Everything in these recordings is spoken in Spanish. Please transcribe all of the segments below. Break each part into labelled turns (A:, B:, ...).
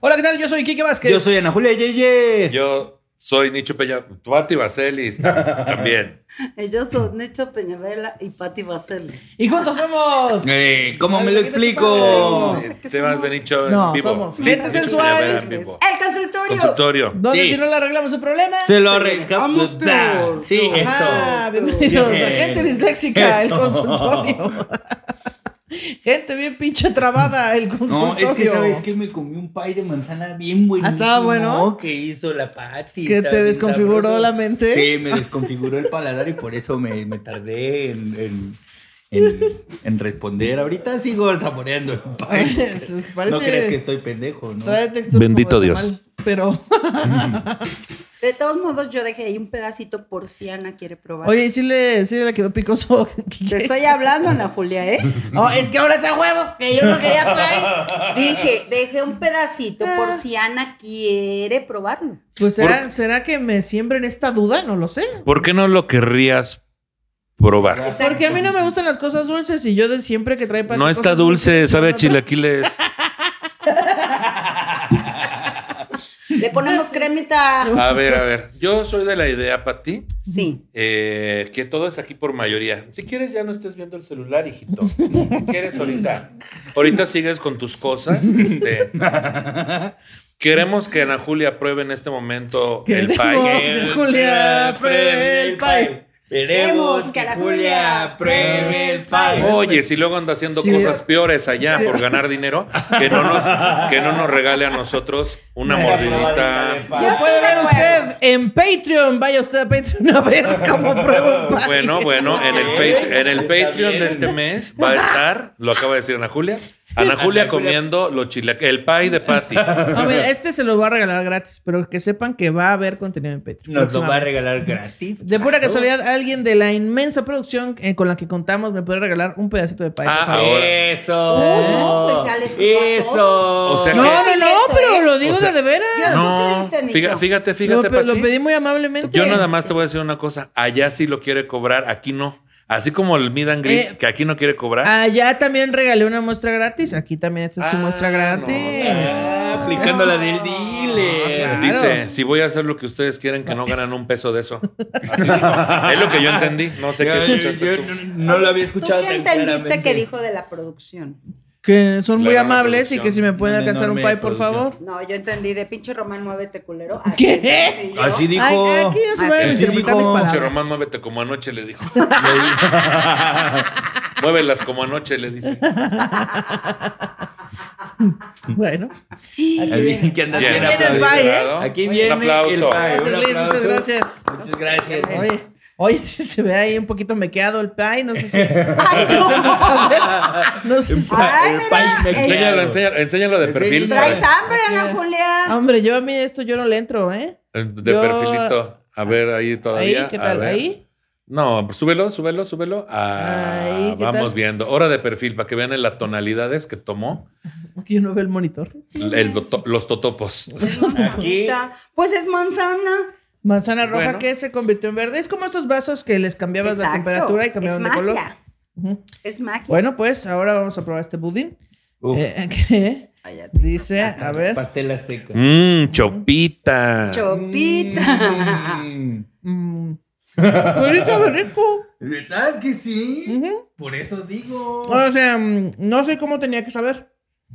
A: Hola, ¿qué tal? Yo soy Kike Vázquez.
B: Yo soy Ana Julia Yeye.
C: Yo soy Nicho Peña, Tuati y Vaselis tam- también.
D: Ellos son Necho Peñavela y Patti Vaselis.
A: ¿Y juntos somos?
B: Eh, ¿Cómo me
A: Ay,
B: lo
A: ¿qué te Oh.
B: explico?
D: pasa? sé qué
C: Eh, Temas
D: somos.
C: de Nicho en
A: No,
C: vivo.
A: somos
C: Nicho
A: gente
C: Peña
A: sensual.
C: Vela en vivo.
D: ¡El consultorio!
C: Consultorio.
A: ¿Dónde
B: Sí.
A: si no le arreglamos su problema?
B: Se lo arreglamos.
D: dejamos peor.
B: Sí,
D: Ajá.
A: Ah,
B: eso.
A: bienvenidos a
B: Bien.
A: gente disléxica, el
B: Eso.
A: consultorio. gente bien pinche trabada, el consultorio.
B: No, es que sabes que me comí un pie de manzana bien buenísimo.
A: Ah, estaba bueno?
B: Que hizo la Pati.
A: ¿Que
B: estaba
A: te
B: bien
A: desconfiguró
B: sabroso.
A: la mente?
B: Sí, me desconfiguró el paladar y por eso me, me tardé en, en, en- en responder. Ahorita sigo saboreando el pie.
A: Pues, pues, parece-
B: No crees que estoy pendejo, ¿no?
A: Trae textura
C: Bendito
A: como de
C: Dios.
A: tamal, pero,
D: De todos modos, yo dejé ahí un pedacito por si Ana quiere probar.
A: oye, sí le, sí le quedó picoso.
D: Te estoy hablando, Ana Julia, ¿eh?
A: No, es que ahora es a huevo, que yo no quería pues. pie.
D: Dije, dejé un pedacito por
A: Ah.
D: si Ana quiere probarlo.
A: Pues será, será que me siembren esta duda, no lo sé.
C: ¿Por qué no lo querrías probar?
D: Exacto.
A: Porque a mí no me gustan las cosas dulces y yo de siempre que trae para
C: No está dulce, sabe a chilaquiles.
D: Le ponemos cremita.
C: A ver, a ver. Yo soy de la idea, Pati,
D: Sí.
C: eh, que todo es aquí por mayoría. Si quieres, ya no estés viendo el celular, hijito. Si quieres, ahorita. Ahorita sigues con tus cosas. Este. Queremos que Ana Julia pruebe en este momento el
A: Queremos.
C: pie.
A: Que Julia pruebe el pie.
B: Queremos
D: que
B: que
D: la Julia
B: Julia pruebe el pie.
C: Oye, si luego anda haciendo
A: Sí.
C: cosas peores allá por ganar dinero, que no nos, que no nos regale a nosotros una
B: Una probadita de
C: mordidita.
B: pie.
A: Lo puede ver usted en Patreon. Vaya usted a Patreon a ver cómo prueba un pie.
C: Bueno, bueno, en el, Pat- en el
B: Está
C: Patreon
B: bien.
C: de este mes va a estar, lo acaba de decir Ana Julia, Ana Julia comiendo los chila- el pie de Patty.
A: A ver, este se lo va a regalar gratis, pero que sepan que va a haber contenido en Patreon.
B: Nos lo va a
A: próximamente.
B: regalar gratis.
A: De pura
B: claro.
A: casualidad, alguien de la inmensa producción eh, con la que contamos me puede regalar un pedacito de pie. por
C: Ah,
A: favor.
C: Ahora.
B: Eso.
D: Uy, no, pues ya les tocó a
B: Eso.
C: O sea
A: No,
C: que-
A: no, no,
D: Eso, ¿eh?
A: pero lo digo
C: O sea,
A: de, de veras.
C: No,
D: Eso sí,
C: fíjate,
D: Nicho.
C: fíjate,
A: este lo,
C: fíjate,
A: pe- lo
C: Pati.
A: pedí muy amablemente.
C: Yo nada más te voy a decir una cosa, allá sí lo quiere cobrar, aquí no. Así como el Mid and Greet,
A: Eh,
C: que aquí no quiere cobrar.
A: Allá también regalé una muestra gratis. Aquí también esta es tu
C: Ah,
A: muestra
C: no,
A: gratis.
B: Ah, aplicando la del dealer.
A: Claro.
C: Dice, si voy a hacer lo que ustedes quieren, que no ganan un peso de eso. Así dijo. es lo que yo entendí. No sé qué
B: Yo-
C: escuchaste
B: yo
C: tú.
B: no- no lo había escuchado.
D: ¿Tú qué
B: tan
D: entendiste
B: claramente.
D: que dijo de la producción?
A: Que son muy
C: Claro, una
A: amables y
C: producción,
A: que si me pueden
B: una
A: alcanzar un
B: enorme
A: pie, por
B: producción.
A: favor.
D: No, yo entendí de pinche Román muévete culero. Así
A: ¿Qué?
D: entendí yo.
B: Así dijo.
A: Ay, aquí no se
D: Así
A: pueden
B: dijo.
A: interpretar mis
B: Pinche
A: palabras.
C: Pinche Román, muévete como anoche, le dijo. Muévelas como anoche, le dice.
A: Bueno.
B: Ahí viene que andas
C: Bien.
B: bien
A: Aquí viene el
B: aplaudido.
A: pie, ¿eh?
B: Aquí
A: Un
B: viene el
C: aplauso.
B: pie. Un
A: Gracias, Luis, muchas
B: aplauso.
A: gracias.
B: Muchas gracias.
A: Oye, oye, si se ve ahí un poquito mequeado el pie, no sé si. Eso no sabe. No sé si-
D: Ay,
B: El
D: mira,
B: pie me
C: Enséñalo,
B: queda.
C: enséñalo, enséñalo de perfil.
D: Traes hambre, Ana Julia.
A: Hombre, yo a mí esto yo no le entro, ¿eh?
C: De
A: Yo-
C: perfilito. A ver, ahí todavía.
A: Ahí, ¿qué
C: a
A: tal?
C: ver.
A: Ahí.
C: No, súbelo, súbelo, súbelo. Ah,
A: Ahí, ¿qué
C: vamos
A: tal?
C: viendo. Hora de perfil para que vean las tonalidades que tomó
A: Yo no veo el monitor.
C: el doto- los totopos.
B: Aquí.
D: Pues es manzana.
A: Manzana roja
C: Bueno.
A: que se convirtió en verde. Es como estos vasos que les cambiabas la
D: Exacto.
A: temperatura y cambiaban
D: es
A: de color.
D: magia.
A: Ujú.
D: Es magia.
A: Bueno, pues ahora vamos a probar este budín.
B: Uf,
A: Eh, que
D: Ay, ya te-
A: dice, a ver,
B: Pastel azteca.
C: Mmm, chopita.
D: Chopita.
B: Mm.
A: mm, pero sabe rico.
B: ¿Verdad que sí?
A: Ujú.
B: Por eso digo.
A: O sea, mm, no sé cómo tenía que saber,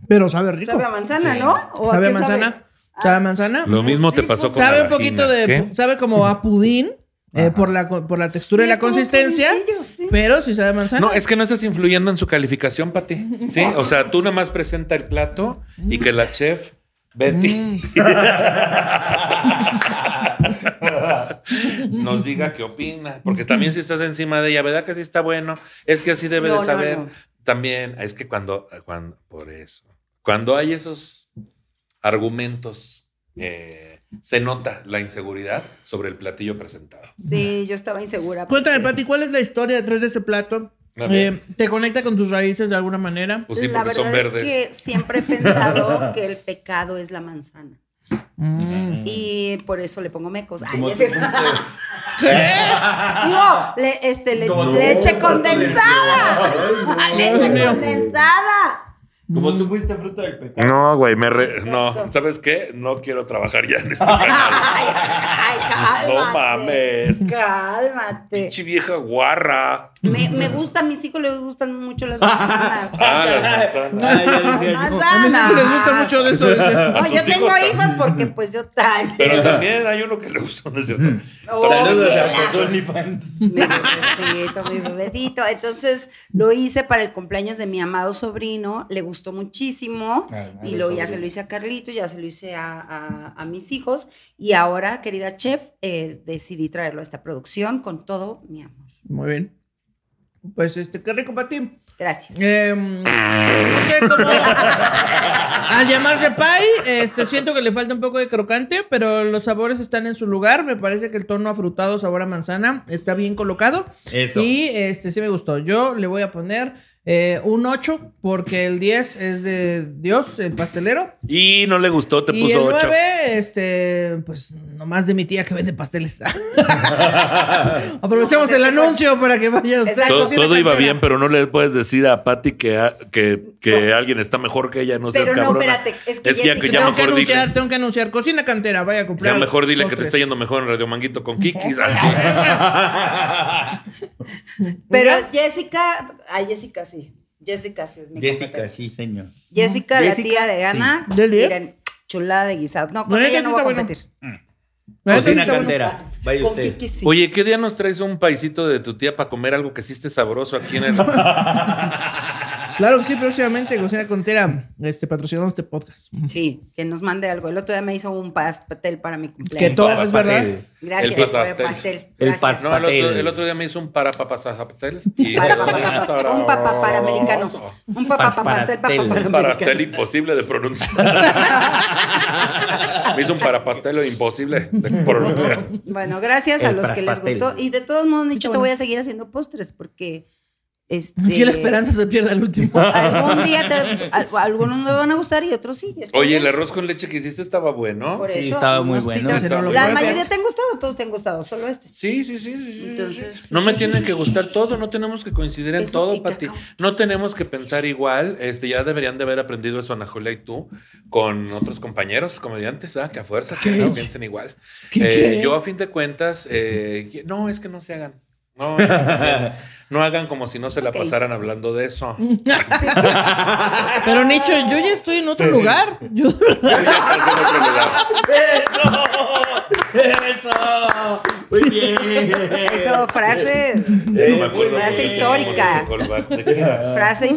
A: pero sabe rico.
D: Sabe a
A: Sabe
D: manzana,
B: Sí.
D: ¿no? ¿O
A: a,
D: qué Ah.
A: manzana. Sabe a manzana.
C: Lo mismo te pasó con
A: sabe
C: la
A: un poquito
C: vagina.
A: de,
C: ¿Qué?
A: sabe como a pudín, eh, por, la, co- por la textura y
D: Sí,
A: la
D: es como
A: consistencia.
D: pudingillo, sí.
A: Pero si sabe a manzana.
C: No, es que no estás influyendo en su calificación, Pati. Sí, o sea, tú nada más presenta el plato y que la chef Betty
A: Mm.
D: Mm.
C: nos diga qué opina. Porque también si estás encima de ella, ¿verdad que sí está bueno? Es que así debe
D: No,
C: de
D: no,
C: saber.
D: no.
C: También es que cuando, cuando, por eso, cuando hay esos argumentos, eh, se nota la inseguridad sobre el platillo presentado.
D: Sí, yo estaba insegura.
A: Cuéntame,
D: porque
A: Pati, ¿cuál es la historia detrás de ese plato?
C: A ver.
A: Eh, ¿Te conecta con tus raíces de alguna manera?
C: Pues sí,
D: la
C: porque
D: verdad
C: son verdes.
D: es que siempre he pensado que el pecado es la manzana.
A: Mm.
D: Y por eso le pongo mecos. Ay,
B: Como
D: no es cierto. Digo, le- este, le-
B: Como-
D: leche
B: No,
D: condensada. leche condensada.
B: Como tú fuiste fruto del pecado.
C: No, güey, me re- no,
D: Exacto.
C: ¿sabes qué? No quiero trabajar ya en este canal.
D: Ay, ay, cálmate.
C: No mames.
D: Cálmate.
C: Pinche vieja guarra.
D: Me, me gusta, a mis hijos les gustan mucho las manzanas.
C: Ah, las manzanas.
B: Ay, ya decía yo.
A: A mí sí
D: manzanas.
A: les gusta mucho de eso. de ese-
D: No,
C: A
D: yo
C: tus
D: tengo
C: hijos
D: hijos porque pues yo tal.
C: Pero también hay uno que le gusta, ¿no es cierto?
B: Mm.
D: Oh,
B: Saludos
D: qué
B: a
D: la-
B: los OnlyFans.
D: mi bebedito, mi bebedito. Entonces lo hice para el cumpleaños de mi amado sobrino, le gustó muchísimo
B: Ah,
D: y
B: ah,
D: lo,
B: los
D: ya se
B: sobrinos.
D: lo hice a Carlito, ya se lo hice a, a- a mis hijos y ahora, querida chef, eh, decidí traerlo a esta producción con todo mi amor.
A: Muy bien. Pues este, qué rico, Pati.
D: Gracias.
A: Eh, no sé cómo. Al llamarse pie, este, siento que le falta un poco de crocante, pero los sabores están en su lugar. Me parece que el tono afrutado, sabor a manzana, está bien colocado.
B: Eso.
A: Y este sí me gustó. Yo le voy a poner eh, un 8, porque el 10 es de Dios, el pastelero.
C: Y no le gustó, te
A: y el
C: puso ocho.
A: 9, este, pues nomás de mi tía que vende pasteles. Aprovechemos
D: Pues es
A: el
D: que fue-
A: anuncio para que vaya usted. a
D: Exacto.
C: Todo,
A: cocina
C: todo iba
A: casera.
C: bien, pero no le puedes decir a Patty que, a- que, que alguien está mejor que ella, no seas
D: Pero no,
C: cabrona.
D: espérate, es que
C: es que
D: ya
C: ya
D: sí-
C: que ya
A: Tengo que
C: mejor
A: anunciar,
C: dile.
A: tengo que anunciar. Cocina cantera, vaya a comprar.
C: Ya mejor dile que te
A: postres.
C: está yendo mejor en Radio Manguito con Kikis. Así.
D: Pero
A: Mira.
D: Jessica, a Jessica sí, Jessica sí es mi
B: Jessica,
D: competencia.
B: sí, señor.
D: Jessica, la
B: Jessica,
D: tía de Ana,
A: sí. ¿Del día?
D: miren, chulada de guisado. No, con
A: Bueno,
D: ella
A: ya
D: no
A: sí
D: voy a
A: está bueno.
D: competir.
A: Bueno,
B: Cocina
A: entonces,
B: cantera. Vaya
D: Con
B: usted.
D: Kiki sí.
C: Oye, ¿qué día nos traes un paisito de tu tía para comer algo que sí esté sabroso aquí en el...
A: Claro que sí, próximamente Cocina Cantera este, patrocinamos este podcast.
D: Sí, que nos mande algo. El otro día me hizo un pastel para mi
A: Que
D: cumpleaños.
A: todas es verdad.
B: Pastel.
D: Gracias,
C: El
D: fue pastel.
C: pastel.
B: El
D: Gracias.
B: pastel.
C: No, el otro,
B: Patel.
C: el otro día me hizo un para papasajaptel y
D: Para, para, para, para, un papá para americano. Un papá
B: Pas-
D: para pastel,
B: pastel.
D: papá para
C: Un pastel
D: americano.
C: imposible de pronunciar. me hizo un para pastel imposible de pronunciar.
D: Bueno, gracias a
B: El
D: los que les
B: pastel.
D: gustó. Y de todos modos, Nicho, te
A: bueno.
D: voy a seguir haciendo postres porque. Este,
A: Aquí la esperanza se pierde al último.
D: Pues, Algún día te- al- algunos me van a gustar y otros sí. está
C: Oye,
D: bien.
C: el arroz con leche que hiciste estaba bueno.
D: Por
B: Sí,
D: eso,
B: estaba muy
D: unos
B: bueno.
D: te-
A: Ese no lo
D: La
A: probé.
D: mayoría te han gustado, todos te han gustado, solo este.
C: Sí, sí, sí. sí, sí, sí.
D: Entonces-
C: no me tiene que gustar todo, no tenemos que coincidir en
D: Es
C: todo,
D: poquita,
C: Pati.
D: cabrón.
C: No tenemos que pensar igual. Este, ya deberían de haber aprendido eso Ana Julia y tú con otros compañeros comediantes, ¿verdad? Que a fuerza que no piensen igual.
A: ¿Qué,
C: Eh,
A: qué?
C: Yo a fin de cuentas, eh, que- no, es que no se hagan. No, es que no se hagan. No hagan como si no se la
D: Ok.
C: pasaran hablando de eso.
A: Pero Nicho, yo ya estoy en otro lugar. Yo
C: Ya estás en otro lugar.
B: Eso. Muy bien.
D: Eso, frase,
C: Ya no me acuerdo cómo
D: frase
C: se-
D: histórica.
C: cómo se colgó. ¿De qué?
D: frase
B: Es que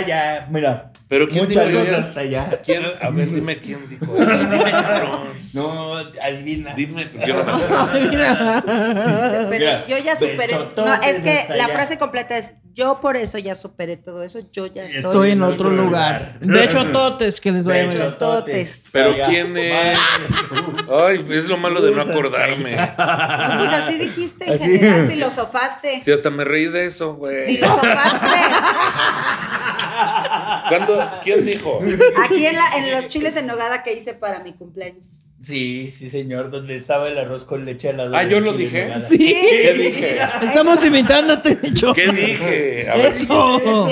B: ya, ya. Mira.
C: Pero ¿quién
B: Muchas
C: dijo
B: cosas
C: eso?
B: hasta allá.
C: ¿Quién? A ver, dime quién dijo eso. Cabrón.
B: No, adivina.
C: Dime, porque yo no me acuerdo.
D: Este, pero
B: Mira,
D: yo ya superé. No,
B: besototes
D: es que
B: hasta
D: la
B: allá.
D: frase completa es: Yo por eso ya superé todo eso. Yo ya estoy.
A: estoy en otro lugar. De hecho, totes
D: Pues,
A: que les vaya a ver.
D: Bechototes.
C: Pero
B: Allá.
C: ¿quién es? Ay, es lo malo de no acordarme.
D: Ah, Pues así dijiste, en
B: Así
D: general,
B: es.
D: filosofaste.
C: Si hasta me reí de eso, güey.
D: Filosofaste.
C: ¿Cuándo? ¿Quién dijo?
D: Aquí en, la- en los chiles en nogada que hice para mi cumpleaños.
B: Sí, sí, señor. Donde estaba el arroz con leche al lado.
C: Ah,
B: del
C: yo lo
B: chile
C: dije.
B: nogada.
A: Sí,
C: ¿Qué dije?
A: estamos invitándote, Nicho.
C: ¿Qué dije? A ver,
A: Eso.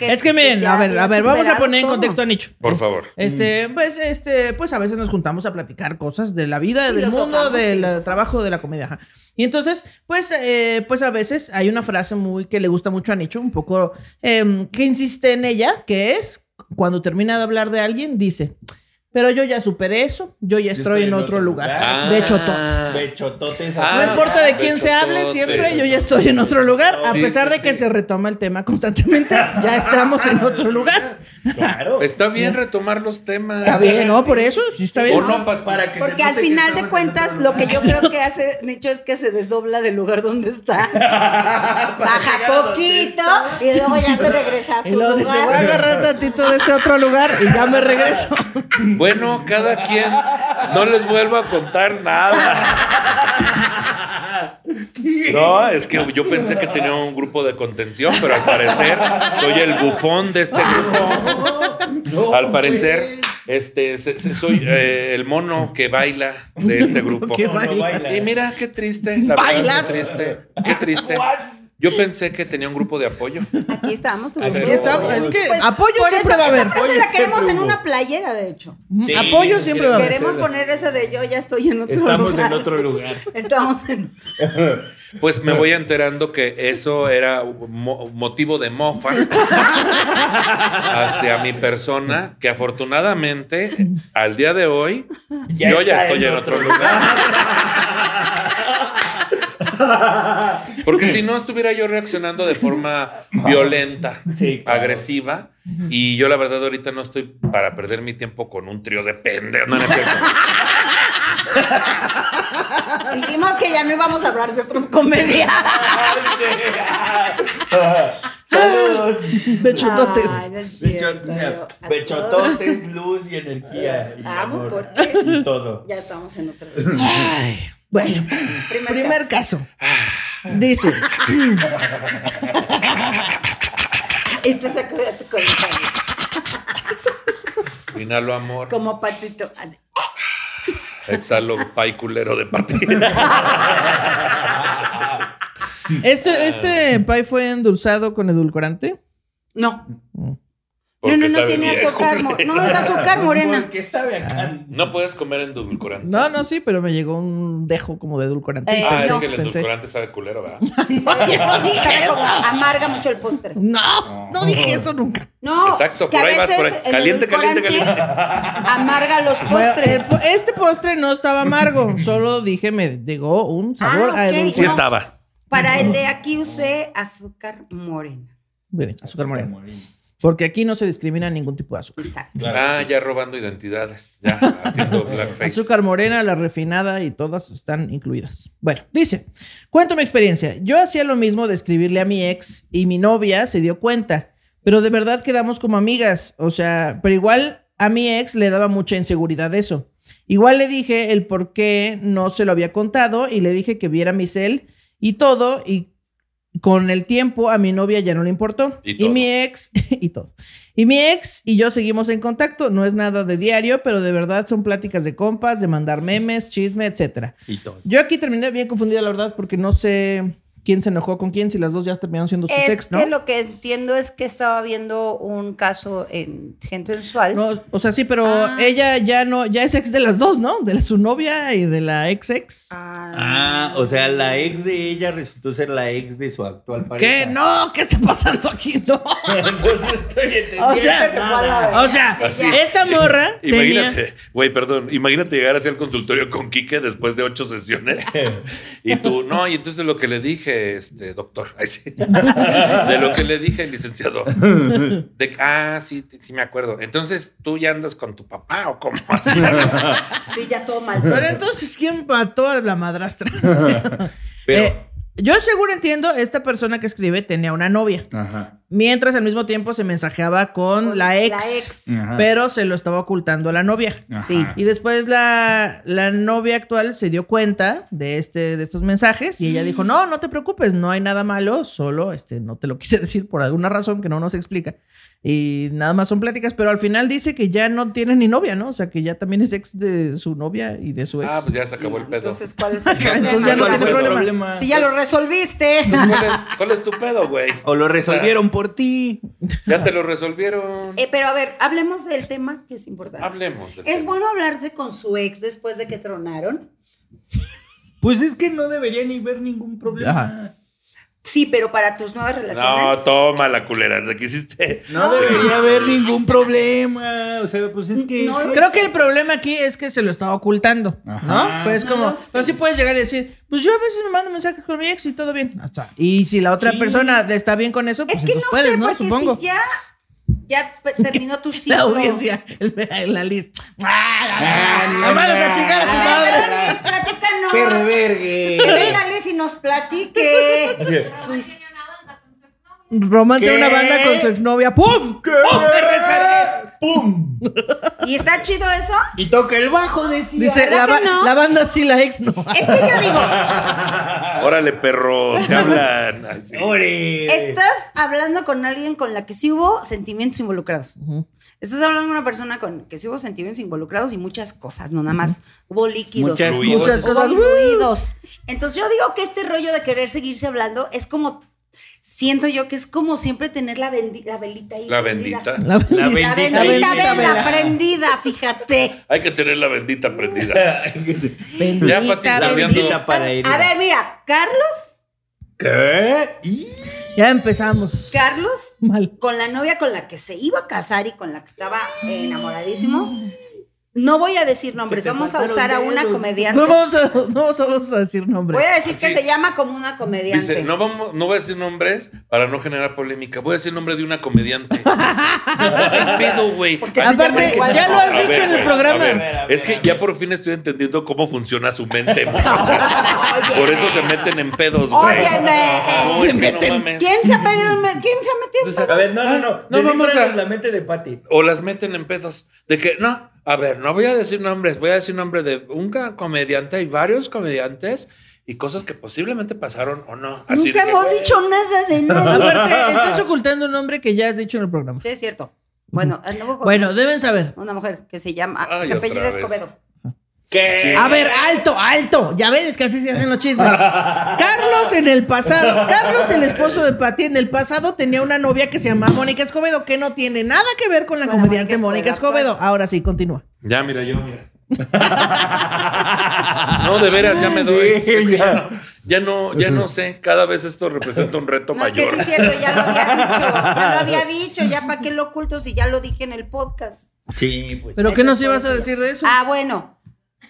A: Es que miren,
D: ya
A: a ver,
D: había
A: a ver, vamos a
D: superado
A: poner en
D: todo.
A: contexto a Nicho.
C: por favor.
A: Este, pues, este, pues a veces nos juntamos a platicar cosas de la vida, del
D: Filosofamos,
A: mundo, del
D: filosofamos.
A: trabajo, de la comedia. ajá. Y entonces, pues, eh, pues a veces hay una frase muy que le gusta mucho a Nicho, un poco em, que insiste en ella, que es cuando termina de hablar de alguien, dice. Pero yo ya superé eso, yo ya estoy, en otro, lugar.
C: lugar.
A: De hecho, todos.
B: Bechototes.
C: Ah,
A: No importa de quién se
C: pechototes.
A: hable, siempre yo ya estoy en otro lugar. A
C: Sí,
A: pesar
C: sí,
A: de que
C: sí.
A: se retoma el tema constantemente, ya estamos en otro lugar.
B: Claro.
C: Está bien retomar los temas.
A: Está bien, ¿no? Por eso, sí está bien.
C: O no, pa-
B: Para que se
D: Porque
B: note
D: al
B: que
D: final
B: estamos
D: de
B: en
D: cuentas,
B: otro
D: lo que yo
B: lugar.
D: creo que hace Nicho es que se desdobla del lugar donde está.
B: llegar
D: Baja
B: a donde
D: poquito y luego ya se regresa a
A: Y
D: su
A: lo dice, voy a
D: lugar.
A: agarrar tantito de este otro lugar y ya me regreso.
C: Bueno, cada quien. No les vuelvo a contar nada. No, es que yo pensé que tenía un grupo de contención, pero al parecer soy el bufón de este grupo.
B: No,
C: Al parecer, este, se- se- soy eh, el mono que baila de este grupo.
A: Que
B: no, no
A: baila.
B: baila.
C: Y mira, qué triste. La verdad,
A: Bailas.
C: Qué triste. Qué triste. Yo pensé que tenía un grupo de apoyo.
D: Aquí estamos. tu
B: Aquí
D: grupo.
A: estamos, es que apoyo
D: Pues, por
A: siempre
D: eso,
A: va a haber.
D: Esa frase
B: Apoyo
D: la queremos
B: siempre
D: en
B: hubo.
D: una playera, de hecho.
B: Sí,
A: Apoyo siempre va a haber.
D: Queremos poner esa de yo ya estoy en otro
B: Estamos
D: lugar.
B: en otro lugar.
D: Estamos en.
C: Pues me voy enterando que eso era mo- motivo de mofa hacia mi persona, que afortunadamente al día de hoy
B: Ya
C: yo ya
B: está
C: estoy en otro lugar. Porque si no estuviera yo reaccionando de forma violenta,
B: Sí, claro.
C: agresiva, y yo la verdad ahorita no estoy para perder mi tiempo con un trío de pendejos. No, no es cierto.
D: Dijimos que ya no íbamos a hablar de otros comediantes.
A: Ah.
B: Saludos.
A: Bechototes.
D: Ay, no es cierto, yo-
B: Becho-
D: a todos.
B: Bechototes, luz y energía. Y
D: Amo
B: amor.
D: porque
B: Y todo.
D: ya estamos en otro lugar.
A: Ay, bueno,
D: Primer,
A: primer caso. Dice,
D: caso. Y te sacó de tu comentario.
C: Inhalo amor,
D: Como patito. así.
C: exhalo pay culero de pati.
A: este, este pie fue endulzado con edulcorante.
D: No.
C: Porque
D: no, no, no
C: sabe
D: tiene
C: viejo.
D: azúcar morena. No, es azúcar morena.
B: Porque sabe acá.
C: No puedes comer endulcorante.
A: No, no, sí, pero me llegó un dejo como de edulcorante.
D: Eh,
C: Ah, es
D: no,
C: que el endulcorante sabe culero, ¿verdad?
D: Sí, sabe, sabe como amarga mucho el postre.
A: No, no dije eso nunca.
D: No,
C: Exacto,
D: que
C: por
D: a
C: ahí vas,
D: veces
C: por ahí.
D: el
C: Caliente, caliente,
D: edulcorante Amarga los
A: Bueno, el
D: postres.
A: po- este postre no estaba amargo, solo dije me llegó un sabor a
D: Ah, ok.
A: edulcorante.
D: Sí está.
C: estaba.
D: Para el de aquí usé azúcar morena.
A: Bien, azúcar moreno. Porque aquí no se discrimina ningún tipo de azúcar.
D: Exacto.
C: Ah, ya robando identidades. Ya haciendo blackface.
A: Azúcar morena, la refinada y todas están incluidas. Bueno, dice, cuento mi experiencia. Yo hacía lo mismo de escribirle a mi ex y mi novia se dio cuenta, pero de verdad quedamos como amigas, o sea, pero igual a mi ex le daba mucha inseguridad eso. Igual le dije el por qué no se lo había contado y le dije que viera mi cel y todo y con el tiempo a mi novia ya no le importó
C: Y
A: y
C: todo.
A: mi ex y todo. Y mi ex y yo seguimos en contacto. No es nada de diario, pero de verdad son pláticas de compas, de mandar memes, chisme, etcétera.
B: Y todo.
A: Yo aquí terminé bien confundida, la verdad, porque no sé quién se enojó con quién, si las dos ya terminaron siendo Pues sus
D: Es
A: ex, ¿no?
D: que lo que entiendo es que estaba viendo un caso en gente sensual.
A: No, O sea, sí, pero
D: Ah.
A: ella ya no, ya es ex de las dos, ¿no? De la- su novia y de la ex ex.
B: Ah, o sea, la ex de ella resultó ser la ex de su actual
A: ¿Qué?
B: pareja.
A: No, ¿qué está pasando aquí? No.
B: Entonces estoy entendiendo.
A: O sea,
D: se fue a la verga.
A: o sea,
C: Así.
A: esta morra tenía...
C: Imagínate, güey, perdón, imagínate llegar hacia el consultorio con Quique después de ocho sesiones y tú, no, y entonces lo que le dije, este, doctor, ay, sí. de lo que le dije, licenciado, de, que, ah, sí, te- sí me acuerdo, entonces tú ya andas con tu papá o cómo así,
D: Sí, ya todo mal.
A: Pero entonces, ¿quién mató a la madrastra?
B: Pero.
A: Eh, yo seguro entiendo, esta persona que escribe tenía una novia.
B: Ajá.
A: Mientras al mismo tiempo se mensajeaba con, la ex.
D: La ex.
C: Mm,
B: Ajá.
A: Pero se lo estaba ocultando a la novia.
D: Sí.
A: Y después la, la novia actual se dio cuenta de, este, de estos mensajes y ella
D: Mm.
A: dijo, no, no te preocupes, no hay nada malo, solo este, no te lo quise decir por alguna razón que no nos explica. Y nada más son pláticas, pero al final dice que ya no tiene ni novia, ¿no? O sea, que ya también es ex de su novia y de su ex.
C: ah, pues ya se acabó el pedo.
D: Entonces, ¿cuál es el problema?
A: Entonces ya no
B: ¿Cuál
A: tiene
B: fue el
A: problema.
D: Si ya lo resolviste.
C: Pues, ¿cuál, es, cuál es tu pedo, güey?
B: O lo resolvieron por ti.
C: Ya te lo resolvieron.
D: Eh, pero a ver, hablemos del tema que es importante.
C: Hablemos. del
D: Es
C: tema.
D: bueno hablarse con su ex después de que tronaron.
B: Pues es que no debería ni ver ningún problema.
A: Ajá.
D: Sí, pero para tus nuevas
C: No,
D: relaciones.
C: toma la culera, la que hiciste.
B: No debería haber ningún problema. O sea, pues es que.
D: No,
A: Creo que el problema aquí es que se lo estaba ocultando,
B: Ajá.
A: ¿no? Pues es
D: No
A: como,
D: lo sé.
A: no si puedes llegar y decir, pues yo a veces me mando mensajes con mi ex y todo bien. O sea, y si la otra persona está bien con eso, pues
D: es que no
A: entonces puedes,
D: sé,
A: ¿no?
D: porque
A: Supongo.
D: si ya, ya pe- terminó tu ciclo.
A: la audiencia, el- la lista.
D: Ah,
A: Vamos a chingar a su madre.
D: Ay, Ah, platícanos.
B: Perro
D: Que
B: vergue.
D: venga Liz y nos platique su his-
A: Román tiene
B: ¿Qué?
A: una banda con su exnovia. ¡Pum! ¡Pum! ¡Me rescates!
B: ¡Pum!
D: ¿Y está chido eso?
B: Y toca el bajo, decía.
A: Dice, la,
D: ¿verdad
A: ba-
D: que no?
A: la banda sí, la ex no.
D: Es que yo digo,
C: Órale, perro, te hablan. Ay, sí.
B: ¡Ore!
D: estás hablando con alguien con la que sí hubo sentimientos involucrados. Estás hablando con una persona con que sí hubo sentimientos involucrados y muchas cosas, no nada más. Hubo líquidos.
B: Muchas
C: Fluidos.
D: hubo
A: Muchas cosas.
D: fluidos. Entonces yo digo que este rollo de querer seguirse hablando es como, siento yo que es como siempre tener la, bendi- la velita ahí.
C: La
D: prendida.
C: bendita.
A: La
B: La
A: banda.
D: La
B: bendita
D: bendita,
A: vela.
D: vela prendida, fíjate.
C: Hay que tener la bendita prendida. Ya, Pati,
B: La
C: sabiendo.
B: bendita para ir.
D: A ver, mira, Carlos,
B: ¿Qué? ¿Y?
A: Ya empezamos.
D: Carlos,
A: Mal.
D: con la novia con la que se iba a casar y con la que estaba enamoradísimo. No voy a decir nombres,
B: Que te
D: vamos a
B: faltaron
D: usar a una
B: dedos.
D: comediante.
A: No vamos, a, no vamos a decir nombres.
D: Voy a decir que
C: Pues Sí.
D: se llama como una comediante.
C: Dice, no, vamos, no voy a decir nombres para no generar polémica. Voy a decir el nombre de una comediante. ¿Qué pedo, güey? Así
A: aparte,
C: te parece-
A: ya lo has
C: A
A: dicho en el
C: güey,
A: programa.
C: a ver,
B: A ver, a ver,
C: es que
B: a ver.
C: ya por fin estoy entendiendo cómo funciona su mente. muchachos. por eso se meten en pedos, güey.
D: Óyeme.
C: No,
A: Se
C: es que no
A: meten.
C: mames.
D: ¿Quién se ha pedido? un- ¿Quién se ha metido?
C: Entonces, ah,
B: A ver, no, no, no.
C: No vamos a.
B: Descifranos la mente de Patty.
C: O las meten en pedos. De que, no, a ver, no voy a decir nombres, voy a decir nombre de un ca- comediante. Hay varios comediantes y cosas que posiblemente pasaron o no. Así de
D: Nunca
C: que,
D: hemos
C: güey,
D: dicho nada de nada.
A: Aparte, estás ocultando un nombre que ya has dicho en el programa.
D: Sí, es cierto. Bueno, anduvo con
A: Bueno, deben saber.
D: una mujer que se llama,
C: Ay,
D: se apellida
C: otra vez.
D: Escobedo.
C: ¿qué?
A: A ver, alto, alto. Ya ves que así se hacen los chismes. Carlos en el pasado. Carlos, el esposo de Pati, en el pasado tenía una novia que se llamaba Mónica Escobedo, que no tiene nada que ver con la
D: Con la
A: comediante Mónica
D: Mónica
A: Escobedo.
D: Escobedo.
A: Ahora sí, continúa.
C: Ya, mira, yo, mira. No, de veras, ya me doy. Es que ya, no, ya no, ya no sé. Cada vez esto representa un reto
D: No, es que
C: mayor.
D: sí es cierto, ya lo había dicho, ya lo había dicho, ya para qué lo oculto si ya lo dije en el podcast.
B: Sí, pues.
A: ¿Pero qué
D: qué
A: nos
D: nos
A: ibas a decir de eso?
D: Ah, bueno,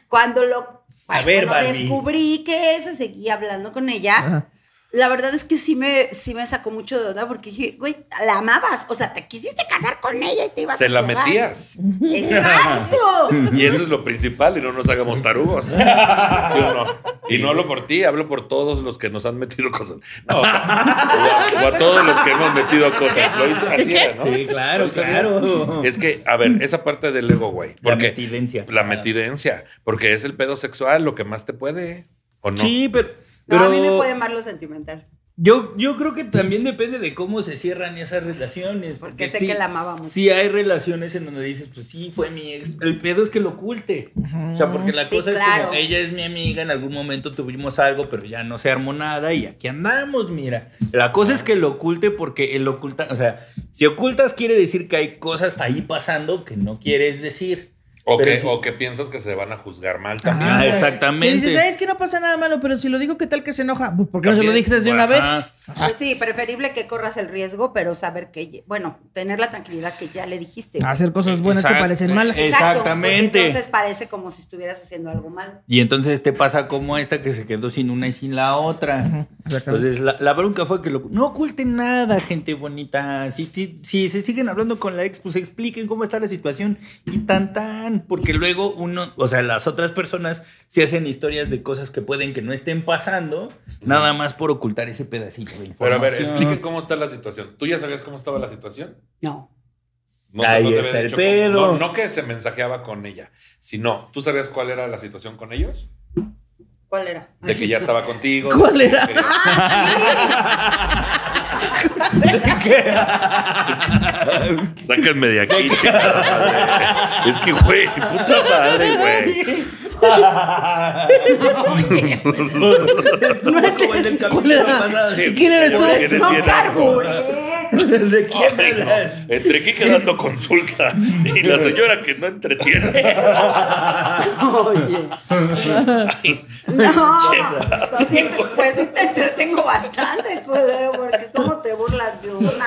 D: cuando lo
B: A ver,
D: cuando
B: Barbie.
D: descubrí que se seguía hablando con ella,
A: Ajá.
D: la verdad es que sí me, sí me sacó mucho de onda porque dije, güey, la amabas, o sea, te quisiste casar con ella y te ibas
C: Se
D: a
C: la
D: drogar.
C: metías.
D: Exacto.
C: Y eso es lo principal, y no nos hagamos tarugos. ¿Sí o no? Y no hablo por ti, hablo por todos los que nos han metido cosas. No, o a, o a todos los que hemos metido cosas. Lo hice así, era, ¿no?
B: Sí, claro,
C: Lo hice
B: claro.
C: bien. Es que, a ver, esa parte del ego, güey.
B: La
C: Porque
B: metidencia.
C: la metidencia. Porque es el pedo sexual lo que más te puede, ¿o no?
B: Sí, pero.
D: No,
B: pero
D: a mí me puede amar lo sentimental,
B: yo, yo creo que también depende de cómo se cierran esas relaciones.
D: porque
B: Porque,
D: sé
B: sí,
D: que la amaba mucho.
B: sí hay relaciones en donde dices, pues sí, fue mi ex. El pedo es que lo oculte. O sea, porque la
D: Sí,
B: cosa es
D: claro.
B: como, ella es mi amiga, en algún momento tuvimos algo, pero ya no se armó nada y aquí andamos, mira. La cosa es que lo oculte porque el oculta, o sea, si ocultas quiere decir que hay cosas ahí pasando que no quieres decir.
C: O
B: Pero
C: que,
B: sí.
C: o que piensas que se van a juzgar mal también.
B: Ah,
A: Y
B: exactamente.
A: dices, ay, es que no pasa nada malo, pero si lo digo, ¿qué tal que se enoja? Pues, ¿Por qué no se lo
B: También,
A: dices de una
B: ajá.
A: vez?
D: Pues sí, preferible que corras el riesgo, pero saber que, ye- bueno, tener la tranquilidad que ya le dijiste.
A: Hacer cosas buenas que
B: Exacto.
A: parecen malas.
B: Eh,
D: Exacto,
B: Ah, exactamente.
D: porque Entonces parece como si estuvieras haciendo algo mal.
B: Y entonces te pasa como esta que se quedó sin una y sin la otra.
A: exactamente.
B: Entonces la, la bronca fue que lo- no oculten nada, gente bonita. Si, ti- si se siguen hablando con la ex, pues expliquen cómo está la situación y tan tan. Porque luego uno, o sea, las otras personas se hacen historias de cosas que pueden que no estén pasando, nada más por ocultar ese pedacito de información.
C: Pero a ver, expliquen cómo está la situación. ¿Tú ya sabías cómo estaba la situación?
D: No.
C: No sé,
B: Ahí
C: no te había
B: está el
C: dicho cómo-
B: pedo.
C: no, no que se mensajeaba con ella, sino, ¿tú sabías cuál era la situación con ellos?
D: ¿Cuál era?
C: De que ya estaba contigo.
A: ¿Cuál
C: de que
A: era? Ah,
C: quería- Sáquenme de aquí, chingada madre. Es que, güey, puta madre, güey.
B: Como el del capítulo pasado.
C: Sí.
A: ¿Quién eres tú?
C: Porque eres
D: No
C: bien
D: carburé.
B: ¿De quién
C: Ay, no.
B: hablas?
C: Entre Kike dando consulta y la señora que no entretiene.
D: Oye.
C: Ay,
D: No,
C: Chema.
D: tú sí te- pues sí te entretengo bastante, culero, porque cómo te burlas de una.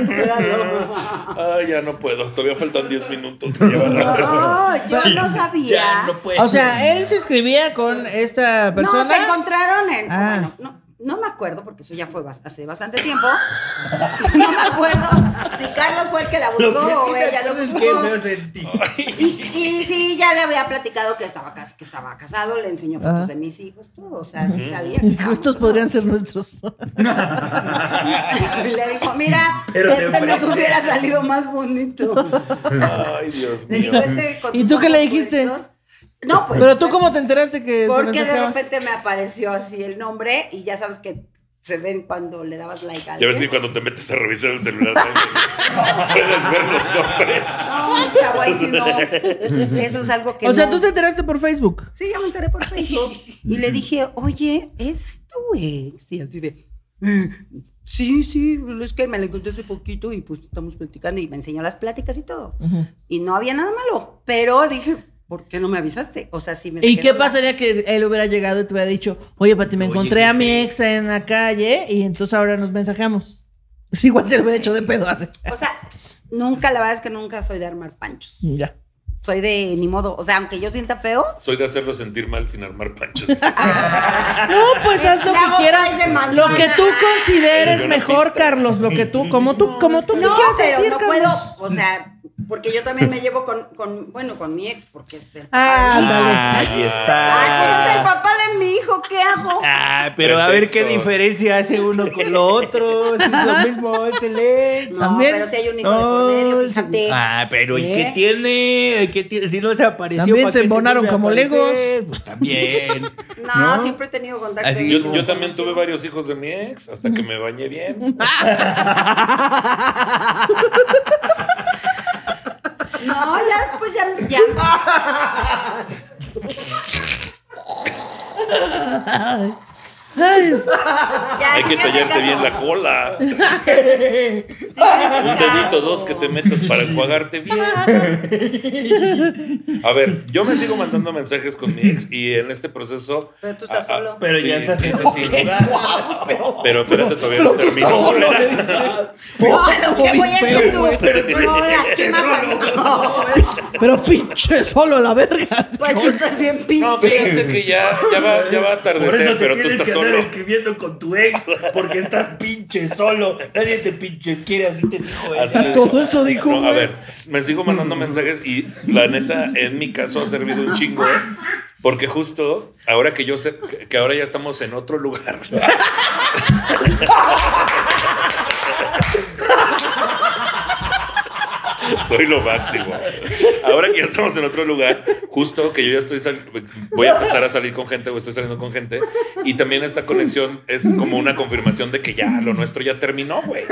D: Míralo.
C: ay, ya no puedo. Todavía faltan 10 minutos. de llevar la-
D: No, yo no sabía.
B: Ya no puedo.
A: O sea, él se escribía con esta persona.
D: No, se encontraron en.
A: Ah.
D: Bueno, no, no me acuerdo porque eso ya fue bas- hace bastante tiempo. No me acuerdo si Carlos fue el que la buscó
B: Lo que sí
D: o
B: me
D: ella lo
B: acuerdo es
D: buscó.
B: que feo sentí.
D: Y, y sí, ya le había platicado que estaba, cas- que estaba casado, le enseñó fotos
A: Ajá.
D: de mis hijos, todo. O sea, sí sabía. que estábamos
A: Estos podrían ser nuestros.
D: casados. Y le dijo: Mira,
B: Pero de
D: este nos
B: frente.
D: hubiera salido más bonito.
C: Ay, Dios
D: Le
C: mío.
D: digo, este con
A: ¿Y
D: tus
A: tú qué le
D: ojos
A: dijiste?
D: puestos. No, pues.
A: Pero tú, ¿cómo te enteraste que se
D: Porque
A: nos
D: de
A: acaba?
D: repente me apareció así el nombre y ya sabes que se ven cuando le dabas like a
C: Ya ves
D: alguien.
C: que cuando te metes a revisar el celular puedes ver los nombres.
D: No, chavo, ahí sí no. Eso es algo que
A: O sea,
D: no.
A: tú te enteraste por Facebook.
D: Sí, ya me enteré por Facebook. Y le dije, oye, ¿es tu ex? Y así de... "Eh, Sí, sí, es que me la encontré hace poquito y pues estamos platicando y me enseñó las pláticas y todo. Y no había nada malo, pero dije, ¿por qué no me avisaste? O sea, sí me...
A: ¿Y
D: saqué
A: qué
D: de onda.
A: pasaría que él hubiera llegado y te hubiera dicho, oye, Pati, me
B: Oye,
A: encontré
B: ¿qué
A: a mi
B: crees?
A: ex en la calle y entonces ahora nos mensajamos? Pues igual se lo hubiera hecho de pedo hace.
D: O sea, nunca, la verdad es que nunca soy de armar panchos.
A: Ya.
D: Soy de ni modo. O sea, aunque yo sienta feo.
C: Soy de hacerlo sentir mal sin armar panchos.
B: Ah,
A: No, pues haz lo
D: Le
A: que
D: hago
A: quieras.
D: pay de manzana.
A: Lo que tú
C: Ay,
A: consideres
C: una
A: mejor,
C: pista.
A: Carlos. Lo que tú, como tú, como tú te
D: No,
A: quieras
D: pero
A: sentir,
D: no
A: Carlos.
D: puedo. O sea, porque yo también me llevo con, con bueno, con mi ex, porque es el
A: Ah,
D: papá de mi-
A: ándale.
B: Ahí
D: Ah, pues es el
B: está.
D: papá de mi hijo, ¿qué hago?
B: Ah, pero a ver qué
C: Pretextos.
B: diferencia hace uno con lo otro. Si es lo mismo, es el ex.
D: No,
A: también.
D: pero si hay un hijo de por medio,
B: Ay,
D: fíjate.
B: Ah, pero ¿y
D: ¿Eh?
B: qué tiene? ¿Qué tiene? Si no se apareció.
A: También
B: ¿para
A: se
B: qué
A: embonaron
B: vuelve a
A: como
B: aparecer? Pues también.
D: No,
B: ¿no?
D: siempre he tenido contacto.
B: Así,
C: Ah, Yo,
D: con-
C: yo también tuve varios hijos de mi ex hasta que me bañé bien.
B: Ah,
D: No, ya después ya, ya. Ya,
C: Hay
D: sí
C: que
D: me hace
C: tallarse
D: caso.
C: bien la cola.
D: Sí me hace
C: Un dedito,
D: caso.
C: dos que te metas para enjuagarte bien. A ver, yo me sigo mandando mensajes con mi ex y en este proceso.
D: Pero tú estás
C: Ah, ah,
D: solo.
B: Pero
C: Sí,
B: ya estás
C: sí,
B: en
C: sí,
B: ese
C: sí.
B: lugar.
C: Pero espérate, todavía no termino. culera.
D: No, a lo que voy es que tú,
C: pero tú-
D: no lastimas a
A: Pero pinche solo la verga.
D: Pues tú estás bien
C: No,
D: pinche.
C: fíjense que ya, ya, va, ya va a
B: Por eso
C: atardecer,
B: te
C: pero tú
B: tienes
C: estás
B: que andar
C: solo.
B: escribiendo con tu ex, porque estás pinche solo. Nadie te pinches quiere, así te dijo
C: Así
B: ella.
C: le
A: todo eso dijo,
C: No, a
A: güey.
C: ver, me sigo mandando mensajes y la neta, en mi caso ha servido un chingo, ¿eh? porque justo ahora que yo sé que- que ahora ya estamos en otro lugar. Soy lo máximo. Ahora que ya estamos en otro lugar, justo que yo ya estoy sal- voy a empezar a salir con gente o estoy saliendo con gente y también esta conexión es como una confirmación de que ya lo nuestro ya terminó, güey.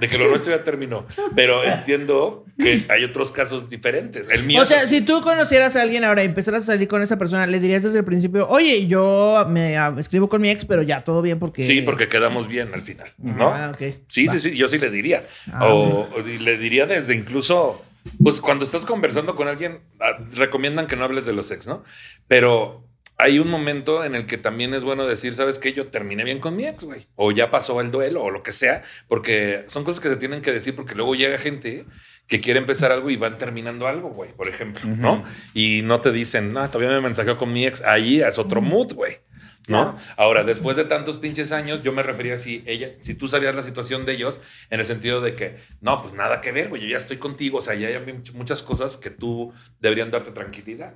C: De que lo nuestro ya terminó, pero entiendo que hay otros casos diferentes. El mío
A: O sea,
C: es-
A: si tú conocieras a alguien ahora y empezaras a salir con esa persona, le dirías desde el principio, oye, yo me ah, escribo con mi ex, pero ya todo bien porque.
C: Sí, porque quedamos bien al final, ¿no?
A: Ah, ok.
C: Sí,
A: Va.
C: sí, sí, yo sí le diría.
A: Ah,
C: o, o di- le diría desde incluso, pues cuando estás conversando con alguien, ah, recomiendan que no hables de los ex, ¿no? Pero hay un momento en el que también es bueno decir, ¿sabes qué? Yo terminé bien con mi ex, güey. O ya pasó el duelo o lo que sea, porque son cosas que se tienen que decir porque luego llega gente que quiere empezar algo y van terminando algo, güey, por ejemplo, ¿no? Y no te dicen, no, todavía me mensajeó con mi ex, ahí es otro mood, güey. ¿No? Ahora, después de tantos pinches años, yo me refería a si ella, si tú sabías la situación de ellos, en el sentido de que, no, pues nada que ver, güey, yo ya estoy contigo, o sea, ya hay much- muchas cosas que tú deberían darte tranquilidad.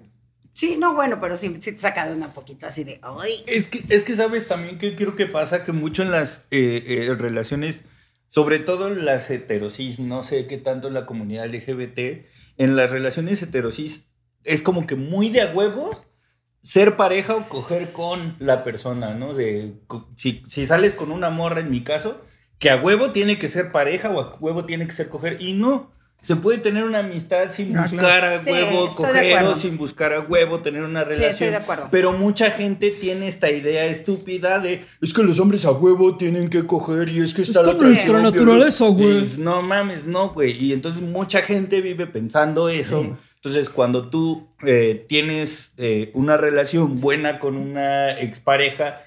D: Sí, no, bueno, pero sí, sí te saca de una poquito así de, ay.
B: Es que, es que sabes también que creo que pasa que mucho en las eh, eh, relaciones, sobre todo en las heterosis, no sé qué tanto en la comunidad LGBT, en las relaciones heterosis es como que muy de a huevo ser pareja o coger con la persona, ¿no? De, co- si, si sales con una morra en mi caso, que a huevo tiene que ser pareja o a huevo tiene que ser coger y no. Se puede tener una amistad sin
A: Ah,
B: buscar
A: claro.
B: a
D: Sí,
B: huevo
D: estoy de
B: coger
D: acuerdo.
B: o sin buscar a huevo tener una
D: estoy
B: relación.
D: de acuerdo.
B: Pero mucha gente tiene esta idea estúpida de es que los hombres a huevo tienen que coger y es que está
E: Está
B: la atracción
E: nuestra naturaleza,
B: biológica".
E: güey.
B: Eh, No mames, no, güey. Y entonces mucha gente vive pensando eso. Entonces, cuando tú eh, tienes eh, una relación buena con una expareja,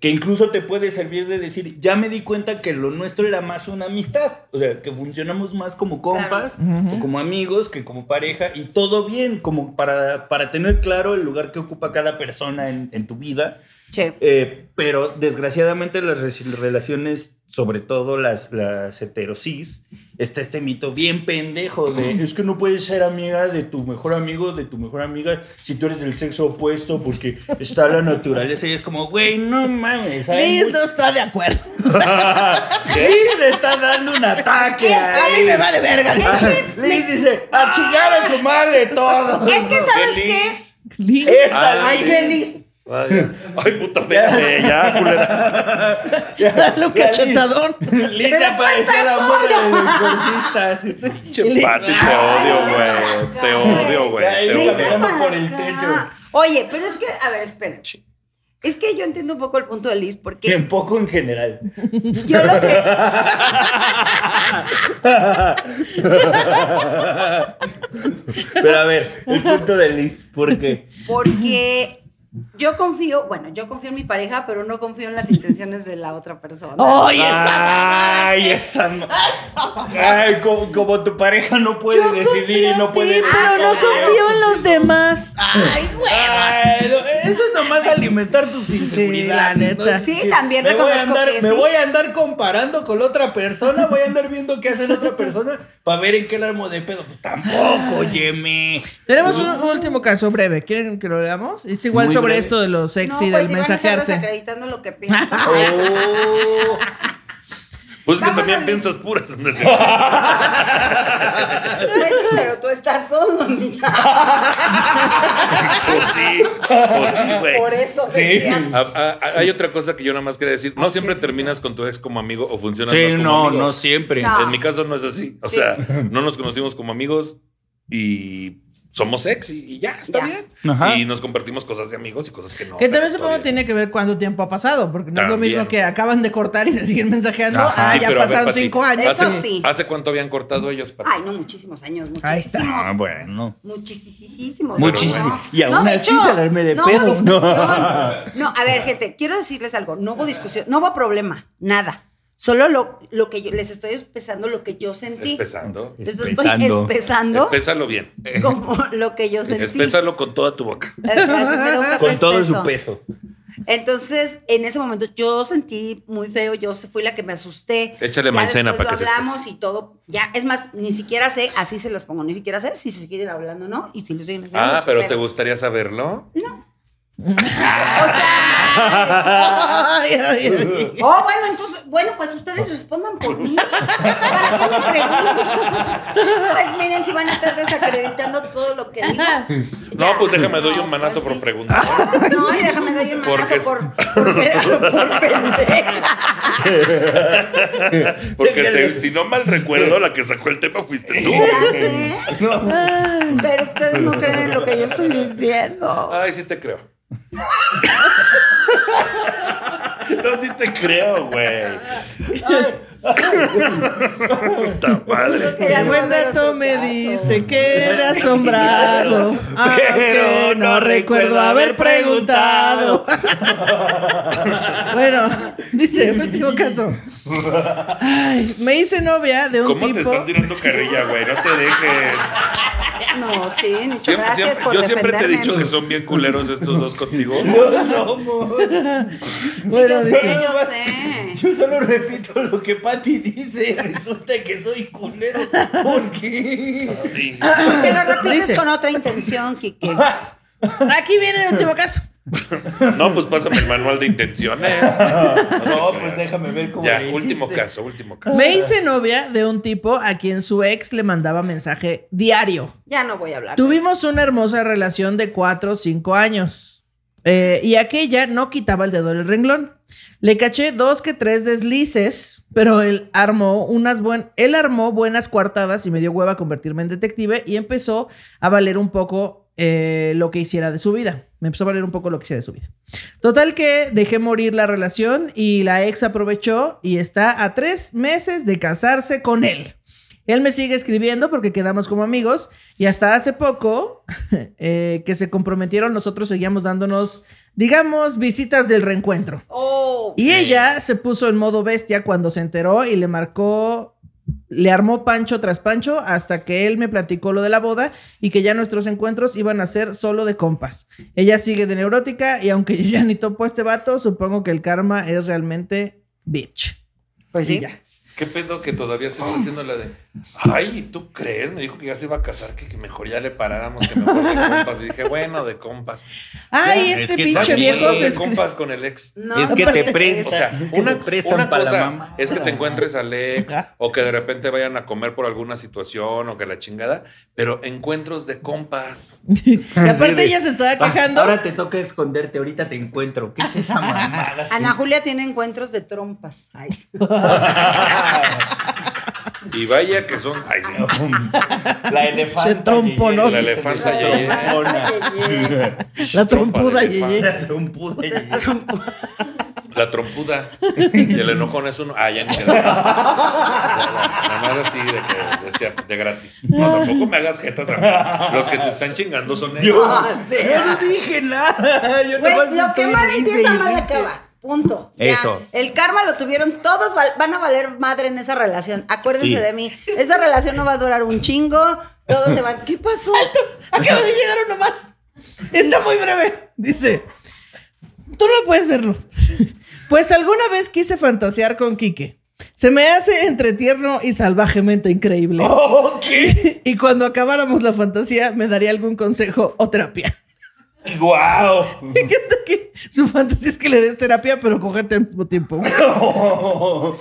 B: que incluso te puede servir de decir, ya me di cuenta que lo nuestro era más una amistad, o sea, que funcionamos más como compas, o como amigos, que como pareja, y todo bien, como para, para tener claro el lugar que ocupa cada persona en, en tu vida,
D: Che.
B: Eh, pero desgraciadamente las re- relaciones, sobre todo las, las heterosis, está este mito bien pendejo de, es que no puedes ser amiga de tu mejor amigo, de tu mejor amiga, si tú eres del sexo opuesto, porque está la naturaleza, y es como, güey, no mames. hay
A: Liz
B: mucho-
A: no está de acuerdo.
B: Liz le está dando un ataque.
A: A mí me vale verga.
B: Liz dice, a chingar a su madre todo.
D: Es que, ¿sabes qué?
C: Feliz.
A: Liz.
B: Esa
D: Ay,
B: Liz.
D: qué liz.
C: Ay, ay, puta pena. Ya, culera.
A: Dale un
B: Ya, Liz.
A: cachetadón.
B: Liz ya
D: pues,
B: pareció la morra de los exorcistas.
C: Che, Pati, te odio, güey. Te odio, güey.
B: Ay,
C: Te
B: Liz,
C: odio.
D: Lisa
B: caminando
D: para
B: por el
D: acá.
B: techo.
D: Oye, pero es que, a ver, esperen. Es que yo entiendo un poco el punto de Liz,
B: Que
D: porque
B: en poco en general.
D: yo lo que.
B: Pero a ver, el punto de Liz, porque
D: Porque yo confío, bueno, yo confío en mi pareja, pero no confío en las intenciones de la otra persona.
F: Oh,
A: Ay, esa.
B: Ay, esa ma- Ay, como, como tu pareja no puede
A: Yo
B: decidir
A: confío
B: y
A: en
B: no
A: ti,
B: puede
A: pero no
D: claro.
A: confío en los demás. Ay,
B: Ay, no, eso es nomás alimentar tus
A: la
B: inseguridades.
A: neta.
B: Es
D: Sí,
B: decir,
D: también
B: me voy a
D: reconozco
B: andar-
D: que
B: Me
D: sí.
B: voy a andar comparando con la otra persona, voy a andar viendo qué hace la otra persona para ver en qué la armo de pedo. Pues tampoco, Yemi.
A: Tenemos un, un último caso breve. ¿Quieren que lo leamos? Es igual
B: Muy
A: sobre
B: breve.
A: esto de los
D: no,
A: sexy y del
D: pues si van a estar
A: mensajearse.
D: desacreditando lo que pienso.
B: Oh,
C: Pues es que
D: Vámonos,
C: también
D: Liz.
C: piensas puras. donde sea.
D: Pues sí, pero tú estás solo, niña.
C: Pues sí. Pues sí, güey.
D: Por eso decía.
C: Ah, ah, ah, hay otra cosa que yo nada más quería decir.
D: Ah,
C: No siempre terminas con tu ex como amigo o funcionas más como amigo.
B: siempre.
D: No.
C: En mi caso no es así. O
D: Sí.
C: sea, no nos conocimos como amigos y somos ex y, y ya, está
D: Ya.
C: bien.
B: Ajá.
C: Y nos compartimos cosas de amigos y cosas que no.
A: Que
C: pero
A: también supongo
C: está
A: que
C: bien.
A: tiene que ver cuánto tiempo ha pasado, porque no es lo
C: También.
A: mismo que acaban de cortar y se siguen mensajeando.
B: Ajá.
A: Ah,
C: Sí,
A: ya
C: pero a ver,
A: pasaron
C: Pati,
A: cinco años.
D: Eso
C: ¿hace-
D: sí.
C: ¿Hace cuánto habían cortado ellos? Pati?
D: Ay, no, muchísimos años,
A: Ahí está. Ah,
D: muchísimos.
B: bueno.
D: Muchísimos.
B: Ah, Muchísimo.
D: No.
B: Y aún
D: de
B: así se la armé de
D: no
B: pedo.
D: Hubo discusión. no, a ver, gente, quiero decirles algo. No hubo discusión, no hubo problema, nada. Solo lo, lo que yo les estoy expresando, lo que yo sentí.
C: Espesando.
D: Les
B: Espesando.
D: estoy espesando
C: Espésalo bien.
D: como lo que yo sentí.
C: Espésalo con toda tu boca.
D: Así me da un café
B: Con todo
D: espeso.
B: su peso.
D: Entonces, en ese momento yo sentí muy feo, yo fui la que me asusté.
C: Échale maicena
D: después
C: para
D: lo
C: que se
D: hablamos y todo. Ya, es más, ni siquiera sé, así se los pongo, ni siquiera sé si se siguen hablando, ¿no? Y si les siguen haciendo.
C: Ah,
D: los
C: pero
D: supero.
C: ¿te gustaría saberlo?
D: O sea,
A: Ay, ay,
C: Uh-huh.
A: ay.
D: oh, bueno, entonces, bueno, pues ustedes respondan por mí. ¿Para qué me preguntan? Pues miren, si van a estar desacreditando todo lo que digo.
C: No, pues déjame doy un manazo por
D: preguntar.
C: pregunta.
D: No, y déjame dar un
C: Porque
D: manazo
C: es-
D: por, por, por pendeja.
C: Porque se- si no mal recuerdo, la que sacó el tema fuiste tú.
D: Ya sé. Pero ustedes no creen en lo que yo estoy diciendo.
C: Ay, sí te creo. No, sí te creo, güey. Puta madre.
D: Que ya no
A: Buen
D: me
A: dato
D: otro
A: me
D: caso.
A: diste, quedé asombrado.
B: Pero
A: Aunque no recuerdo haber preguntado. bueno, dice el último caso. Ay, me hice novia de un
C: ¿Cómo te
A: tipo.
C: están tirando carrilla, güey? No te dejes.
D: No, sí, ni
C: Siempre-
D: gracias
C: siempre-
D: por
C: yo siempre te he
D: defenderme.
C: dicho que son bien culeros estos dos contigo.
B: No somos.
D: Sí,
A: Bueno,
D: yo sé,
A: dice-
D: yo sé.
B: Yo solo repito lo que Patty dice. Resulta que soy culero. ¿Por qué?
C: Sí.
D: Que lo repites
A: Dice-
D: con otra intención, Kike.
A: Aquí viene el último caso.
C: No, pues pásame el manual de intenciones.
B: No, pues
C: te creas.
B: déjame ver cómo
C: Ya,
B: le
C: último
B: hiciste.
C: caso, último caso.
A: Me hice novia de un tipo a quien su ex le mandaba mensaje diario.
D: Ya no voy a hablar. de
A: Tuvimos una hermosa relación de 4 o 5 años. Eh, y aquella no quitaba el dedo del renglón. Le caché dos que tres deslices, pero él armó unas buen, él armó buenas coartadas y me dio hueva a convertirme en detective y empezó a valer un poco eh, lo que hiciera de su vida. Me empezó a valer un poco lo que hiciera de su vida. Total que dejé morir la relación y la ex aprovechó y está a tres meses de casarse con él. Él me sigue escribiendo porque quedamos como amigos y hasta hace poco eh, que se comprometieron nosotros seguíamos dándonos, digamos, visitas del reencuentro.
D: Oh.
A: Y ella se puso en modo bestia cuando se enteró y le marcó, le armó pancho tras pancho hasta que él me platicó lo de la boda y que ya nuestros encuentros iban a ser solo de compas. Ella sigue de neurótica y aunque yo ya ni topo a este vato, supongo que el karma es realmente bitch.
D: Pues
A: Y
D: sí.
A: ya.
C: ¿Qué pedo que todavía se
A: Ah.
C: está haciendo la de. Ay, ¿tú crees? Me dijo que ya se iba a casar, que, que mejor ya le paráramos, que mejor de compas. Y dije, bueno, de compas.
A: Ay,
B: Es
A: este
B: que
A: pinche
B: también
A: viejo
B: los
A: se
C: de
A: escri-
C: compas con el ex.
D: No,
B: Es que te
D: aparte,
B: presta.
C: O sea,
B: Es que se
C: una,
B: prestan
C: una
B: pa' la
C: cosa
B: mamá.
C: es que te encuentres al ex
A: Ajá.
C: o que de repente vayan a comer por alguna situación o que la chingada, pero encuentros de compas.
A: Y aparte ella se estaba
B: Va,
A: quejando.
B: Ah, Ahora te toca esconderte, ahorita te encuentro. ¿Qué es esa mamada?
D: Ana Julia tiene encuentros de trompas. Ay, sí.
C: Y vaya que son. Ay, sí.
B: La elefanta.
A: Se trompo,
B: Yeye.
A: ¿no?
C: La elefanta,
D: La
C: yeye.
D: elefanta, yeye.
A: La
C: Trompa
A: trompuda,
C: de elefante.
A: Yeye.
B: La trompuda, Yeye.
C: La trompuda. Y el enojón es uno. Ah, ya ni quedó. Nada más así de que decía de gratis. No, tampoco me hagas jetas a mí. Los que te están chingando son ellos.
D: Ah, sí.
B: Yo no dije nada. Yo
D: Güey,
B: nomás
D: lo que
B: estoy
D: mal
B: risa
D: empieza,
B: y
D: mal
B: risa.
D: acaba. Punto. Ya.
B: Eso.
D: El karma lo tuvieron todos, val- van a valer madre en esa relación. Acuérdense
B: Sí.
D: de mí. Esa relación no va a durar un chingo. Todos se van. ¿Qué pasó?
A: Acaba de llegar uno más. Está muy breve. Dice, tú no puedes verlo. Pues alguna vez quise fantasear con Quique. Se me hace entre tierno y salvajemente increíble. Y cuando acabáramos la fantasía, me daría algún consejo o terapia.
B: ¡Guau!
A: Me encanta que su fantasía es que le des terapia, pero cogerte al mismo tiempo.
C: Bueno,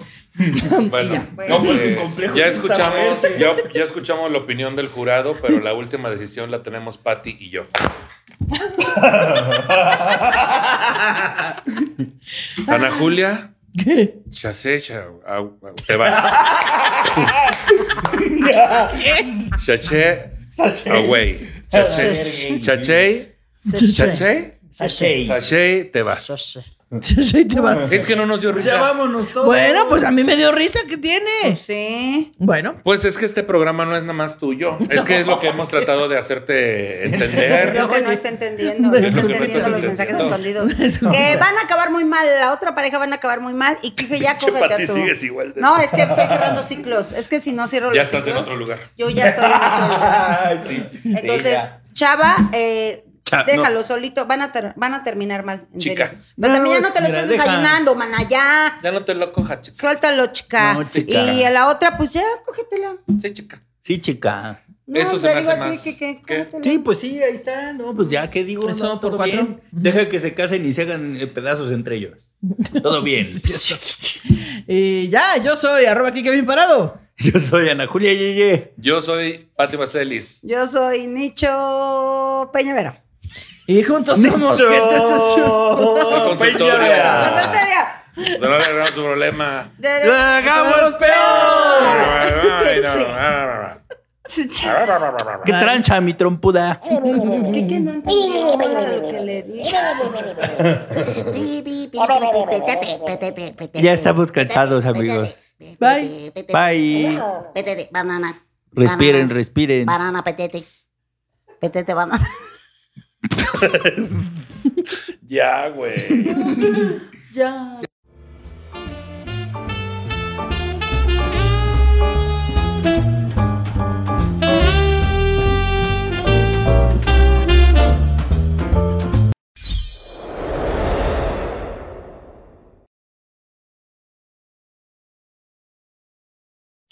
D: Bueno.
C: no,
B: Eso es
C: eh,
B: un complejo
C: ya
B: que está
C: escuchamos,
B: fuerte.
C: ya, ya escuchamos la opinión del jurado, pero la última decisión la tenemos Patty y yo. Ana Julia,
A: ¿Qué?
C: chasecha, te vas. Chaché, away. Chaché, chaché, chaché,
B: Sashay.
C: chaché, te vas.
A: Ahí te vas.
C: Es que no nos dio
B: Ya
C: risa.
B: vámonos todos.
A: Bueno, pues a mí me dio risa que tiene.
D: Pues, Sí.
A: Bueno,
C: Pues es que este programa no es nada más tuyo. Es que es lo que hemos tratado de hacerte entender.
D: Es lo que no está entendiendo. No
A: Es
D: está
C: lo que no
D: entendiendo
C: estás
D: los mensajes
C: entendiendo.
D: escondidos. Que van a acabar muy mal. La otra pareja van a acabar muy mal. Y que ya
C: Pinche
D: cógete
C: Pati,
D: a tú.
C: sigues igual de-
D: No, es que estoy cerrando ciclos. Es que si no cierro
C: Ya
D: los
C: estás en
D: ciclos,
C: otro lugar.
D: Yo ya estoy en otro lugar.
B: Ay, sí.
D: Entonces,
B: Sí, ya.
D: Chava, eh,
B: Cha-
D: déjalo solito, van a, ter- van a terminar mal. en
C: Chica.
D: serio. Pero también ya no te lo
B: mira,
D: estés
B: deja.
D: desayunando, mana, ya.
C: Ya no te lo cojas, chica.
D: Suéltalo, chica.
B: No, chica.
D: Y a la otra, pues ya, cógetela.
C: Sí, chica.
B: Sí, chica.
D: No,
C: Eso se
D: le
C: me
D: digo
C: hace
D: a ti
C: más-
D: que- que-
C: ¿Qué?
D: cógetela.
B: Sí, pues sí, ahí está. No, pues ya, ¿qué digo?
A: Eso
B: no,
A: por
B: todo
A: cuatro.
B: bien. Deja que se casen y se hagan eh, pedazos entre ellos. Todo bien.
A: y ya, yo soy arroba Quique bien parado.
B: Yo soy Ana Julia Yeye.
C: Yo soy Pati Vaselis.
D: Yo soy Nicho Peñavera.
A: Y juntos somos gente sesión.
C: consultoria. Ah.
D: Consultoría.
C: No le arreglamos su problema.
D: De-
B: ¡Hagamos ¡Qué trancha, mi trompuda!
D: ¿Qué, qué no entendió nada de lo que le dije?
B: Ya estamos cansados, amigos.
A: Bye.
B: Bye.
E: Petete, banana.
B: Respiren,
E: Banana.
B: respiren.
E: Banana, petete. Petete, banana.
C: Ya, güey.
D: Ya.